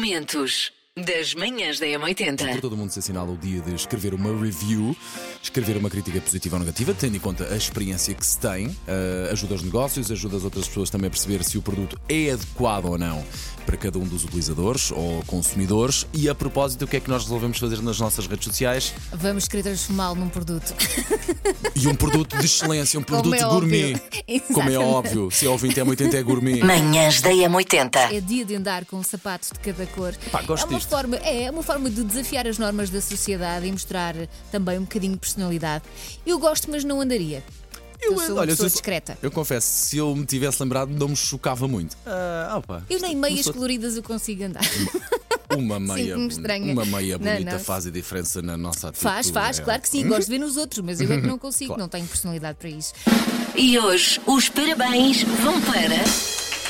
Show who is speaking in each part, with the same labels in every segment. Speaker 1: Momentos das manhãs da
Speaker 2: Por
Speaker 1: M80.
Speaker 2: todo mundo se assinala o dia de escrever uma review, escrever uma crítica positiva ou negativa, tendo em conta a experiência que se tem, eh, ajuda os negócios, ajuda as outras pessoas também a perceber se o produto é adequado ou não para cada um dos utilizadores ou consumidores. E a propósito, o que é que nós resolvemos fazer nas nossas redes sociais?
Speaker 3: Vamos querer transformá-lo num produto.
Speaker 2: E um produto de excelência, um
Speaker 3: Como
Speaker 2: produto
Speaker 3: é óbvio.
Speaker 2: gourmet. Como é
Speaker 3: Exatamente.
Speaker 2: óbvio, se é ouvinte é 80 é gourmet.
Speaker 1: Manhãs da M80.
Speaker 3: É dia de andar com sapatos de cada cor.
Speaker 2: Pá, gosto
Speaker 3: é uma
Speaker 2: disto.
Speaker 3: forma, é é uma forma de desafiar as normas da sociedade e mostrar também um bocadinho de personalidade. Eu gosto, mas não andaria. Eu sou uma pessoa discreta.
Speaker 2: Eu confesso, se eu me tivesse lembrado, não me chocava muito. Ah, opa.
Speaker 3: Eu nem meias
Speaker 2: sou-
Speaker 3: coloridas eu consigo andar.
Speaker 2: Uma meia,
Speaker 3: Sinto-me
Speaker 2: boni-
Speaker 3: estranha.
Speaker 2: uma meia
Speaker 3: Não,
Speaker 2: bonita
Speaker 3: não.
Speaker 2: faz a diferença na nossa atitude.
Speaker 3: Faz, faz,
Speaker 2: é.
Speaker 3: claro que sim. Gosto de ver nos outros, mas eu é que não consigo,
Speaker 2: Claro.
Speaker 3: não tenho personalidade para isso.
Speaker 1: E hoje os parabéns vão para.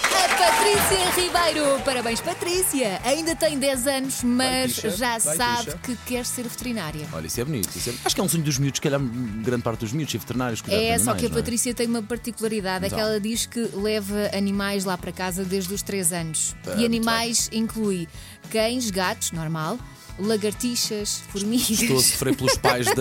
Speaker 3: A Patrícia Ribeiro. Parabéns, Patrícia. Ainda tem 10 anos, mas
Speaker 2: Vai, Tisha.
Speaker 3: já
Speaker 2: Vai,
Speaker 3: sabe
Speaker 2: Tisha.
Speaker 3: que quer ser veterinária.
Speaker 2: Olha, isso é bonito. isso é- Acho que é um sonho dos miúdos, se calhar grande parte dos miúdos e veterinários. cuidar de
Speaker 3: É, só
Speaker 2: animais,
Speaker 3: que a
Speaker 2: não é?
Speaker 3: Patrícia tem uma particularidade, é que
Speaker 2: Então.
Speaker 3: ela diz que leva animais lá para casa desde os 3 anos.
Speaker 2: Ah,
Speaker 3: e
Speaker 2: muito
Speaker 3: animais inclui cães, gatos, normal, lagartixas,
Speaker 2: Estou a
Speaker 3: formigas.
Speaker 2: sofrer pelos pais da.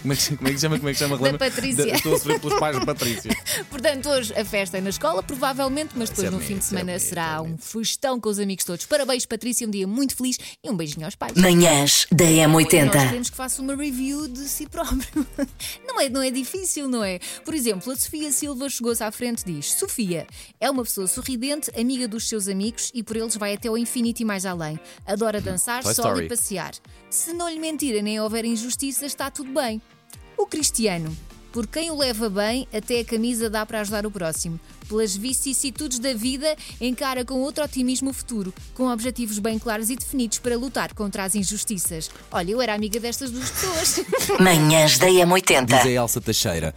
Speaker 2: Como é que, como é que se chama? Como é que se chama? Relembra?
Speaker 3: Patrícia.
Speaker 2: Estou a sofrer pelos pais da Patrícia.
Speaker 3: Portanto, hoje a festa é na escola, provavelmente, mas depois
Speaker 2: é
Speaker 3: no
Speaker 2: bonito,
Speaker 3: fim de
Speaker 2: isso é
Speaker 3: semana
Speaker 2: bonito,
Speaker 3: será
Speaker 2: é
Speaker 3: um festão com os amigos todos. Parabéns, Patrícia, um dia muito feliz e um beijinho aos pais.
Speaker 1: Manhãs da
Speaker 3: Nós
Speaker 1: M80.
Speaker 3: queremos que faça uma review de si próprio. Não é, não é difícil, não é? Por exemplo, a Sofia Silva chegou-se à frente e diz: Sofia é uma pessoa sorridente, amiga dos seus amigos e por eles vai até ao infinito e mais além. Adora dançar,
Speaker 2: Toy
Speaker 3: sol
Speaker 2: Story.
Speaker 3: e passear. Se não lhe mentirem nem houver injustiça, está tudo bem. O Cristiano. Por quem o leva bem, até a camisa dá para ajudar o próximo. Pelas vicissitudes da vida, encara com outro otimismo o futuro, com objetivos bem claros e definidos para lutar contra as injustiças. Olha, eu era amiga destas duas pessoas.
Speaker 1: Manhãs da
Speaker 2: Diz a
Speaker 1: M80.
Speaker 2: Elsa Teixeira.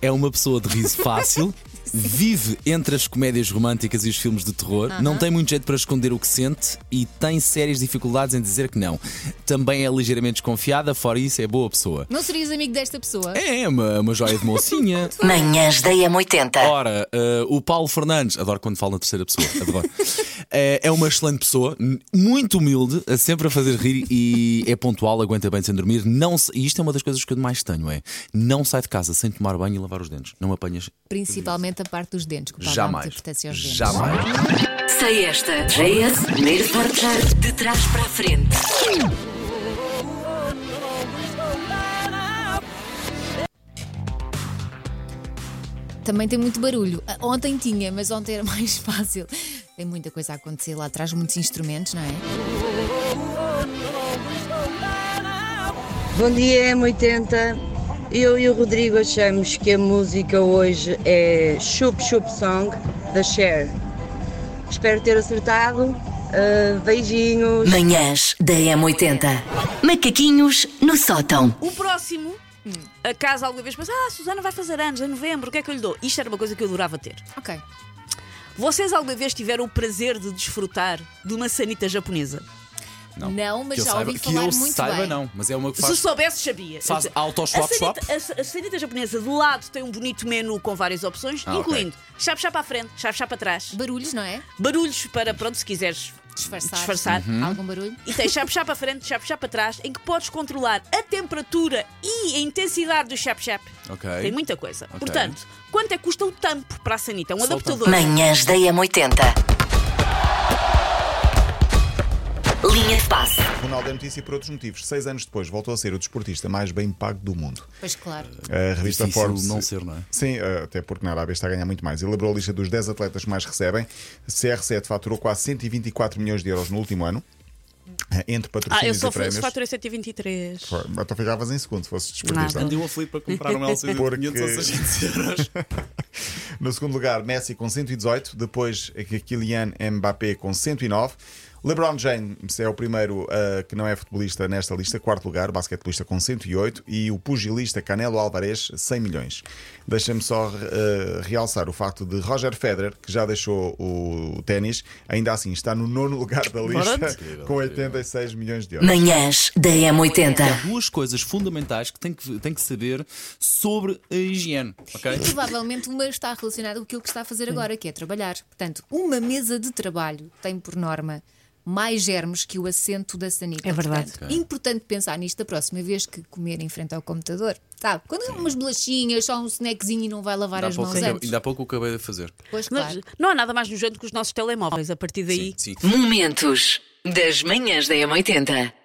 Speaker 2: É uma pessoa de riso fácil, vive entre as comédias românticas e os filmes de terror, não tem muito jeito para esconder o que sente e tem sérias dificuldades em dizer que não. Também é ligeiramente desconfiada, fora isso, é boa pessoa.
Speaker 3: Não serias amigo desta pessoa?
Speaker 2: É, é uma, uma joia de mocinha.
Speaker 1: Manhãs da M80.
Speaker 2: Ora, eh, o Paulo Fernandes, adoro quando falo na terceira pessoa, adoro. Eh, é uma excelente pessoa, n- muito humilde, eh, sempre a fazer rir e é pontual, aguenta bem sem dormir. Não se- e isto é uma das coisas que eu mais tenho: é não sai de casa sem tomar banho e lavar os dentes. Não apanhas
Speaker 3: Principalmente a parte dos dentes, que o Paulo dá muita
Speaker 2: jamais.
Speaker 3: importância aos dentes.
Speaker 2: Jamais.
Speaker 1: Sei esta. JS, primeiro forjar de trás para a frente.
Speaker 3: Também tem muito barulho. Ah, Ontem tinha, mas ontem era mais fácil. Tem muita coisa a acontecer lá atrás, muitos instrumentos, não é?
Speaker 4: Bom dia, M80. Eu e o Rodrigo achamos que a música hoje é Chup Chup Song da Cher. Espero ter acertado. Ah, beijinhos.
Speaker 1: Manhãs da M80. Macaquinhos no sótão.
Speaker 5: O próximo, acaso alguma vez, mas ah, a Susana vai fazer anos, em novembro, o que é que eu lhe dou? Isto era uma coisa que eu adorava ter.
Speaker 3: Ok.
Speaker 5: Vocês alguma vez tiveram o prazer de desfrutar de uma sanita japonesa?
Speaker 3: Não, mas
Speaker 2: que eu
Speaker 3: já
Speaker 2: saiba,
Speaker 3: ouvi
Speaker 2: que
Speaker 3: falar
Speaker 2: eu
Speaker 3: muito
Speaker 2: saiba,
Speaker 3: bem.
Speaker 2: não, mas é uma que
Speaker 5: Se
Speaker 2: faz.
Speaker 5: soubesse, sabia.
Speaker 2: faz
Speaker 5: Eu-
Speaker 2: auto-swap,
Speaker 5: a sanita, a, a sanita japonesa de lado tem um bonito menu com várias opções,
Speaker 2: Ah, ok.
Speaker 5: incluindo chave-chá para a frente, chave-chá para trás,
Speaker 3: Barulhos, não é?
Speaker 5: barulhos para, pronto, se quiseres
Speaker 3: Disfarçar.
Speaker 5: disfarçar.
Speaker 2: Uhum.
Speaker 3: Algum barulho?
Speaker 5: E tem chap-chap para frente, chap-chap para trás, em que podes controlar a temperatura e a intensidade do chap-chap.
Speaker 2: Ok.
Speaker 5: Tem muita coisa. Portanto, quanto é que custa o tampo para a sanita? Um
Speaker 2: Só o
Speaker 5: adaptador.
Speaker 1: Manhãs da M80. Linha de passe.
Speaker 6: Ronaldo é notícia por outros motivos. Seis anos depois, voltou a ser o desportista mais bem pago do mundo.
Speaker 3: Pois claro.
Speaker 6: A revista
Speaker 2: Difícil
Speaker 6: Forbes.
Speaker 2: não ser, não é?
Speaker 6: Sim, eh, até porque na Arábia está a ganhar muito mais. Elaborou a lista dos 10 atletas que mais recebem. CR7 faturou quase 124 milhões de euros no último ano, eh, entre
Speaker 5: Ah, eu
Speaker 6: patrocínios
Speaker 5: só
Speaker 6: e prémios.
Speaker 5: se faturei 123.
Speaker 6: Mas tu ficavas em segundo se fosses desportista.
Speaker 5: Nada.
Speaker 2: um aflito para comprar um LCD
Speaker 6: Porque- 500 ou
Speaker 2: 600 euros.
Speaker 6: No segundo lugar, Messi com 118, depois Kylian Mbappé com 109. LeBron James é o primeiro ah, que não é futebolista nesta lista, quarto lugar, basquetebolista com 108 e o pugilista Canelo Alvarez, 100 milhões. Deixa-me só ah, realçar o facto de Roger Federer, que já deixou o ténis, ainda assim está no nono lugar da lista com 86 milhões de euros.
Speaker 1: Manhãs da M80.
Speaker 2: Duas coisas fundamentais que tem que, tem que saber sobre a higiene, ok?
Speaker 3: Provavelmente uma está relacionada com aquilo que está a fazer agora, que é trabalhar. Portanto, uma mesa de trabalho tem por norma mais germes que o assento da sanita.
Speaker 7: É verdade.
Speaker 3: Portanto, Importante pensar nisto da próxima vez que comer em frente ao computador. Sabe? Quando há umas bolachinhas, só um snackzinho e não vai lavar
Speaker 2: Ainda há
Speaker 3: as
Speaker 2: pouco-
Speaker 3: mãos antes.
Speaker 2: ainda há pouco o acabei de fazer.
Speaker 3: Pois
Speaker 5: Mas
Speaker 3: claro.
Speaker 5: não há nada mais nojento que os nossos telemóveis. A partir daí,
Speaker 2: Sim.
Speaker 1: Momentos das manhãs da M80.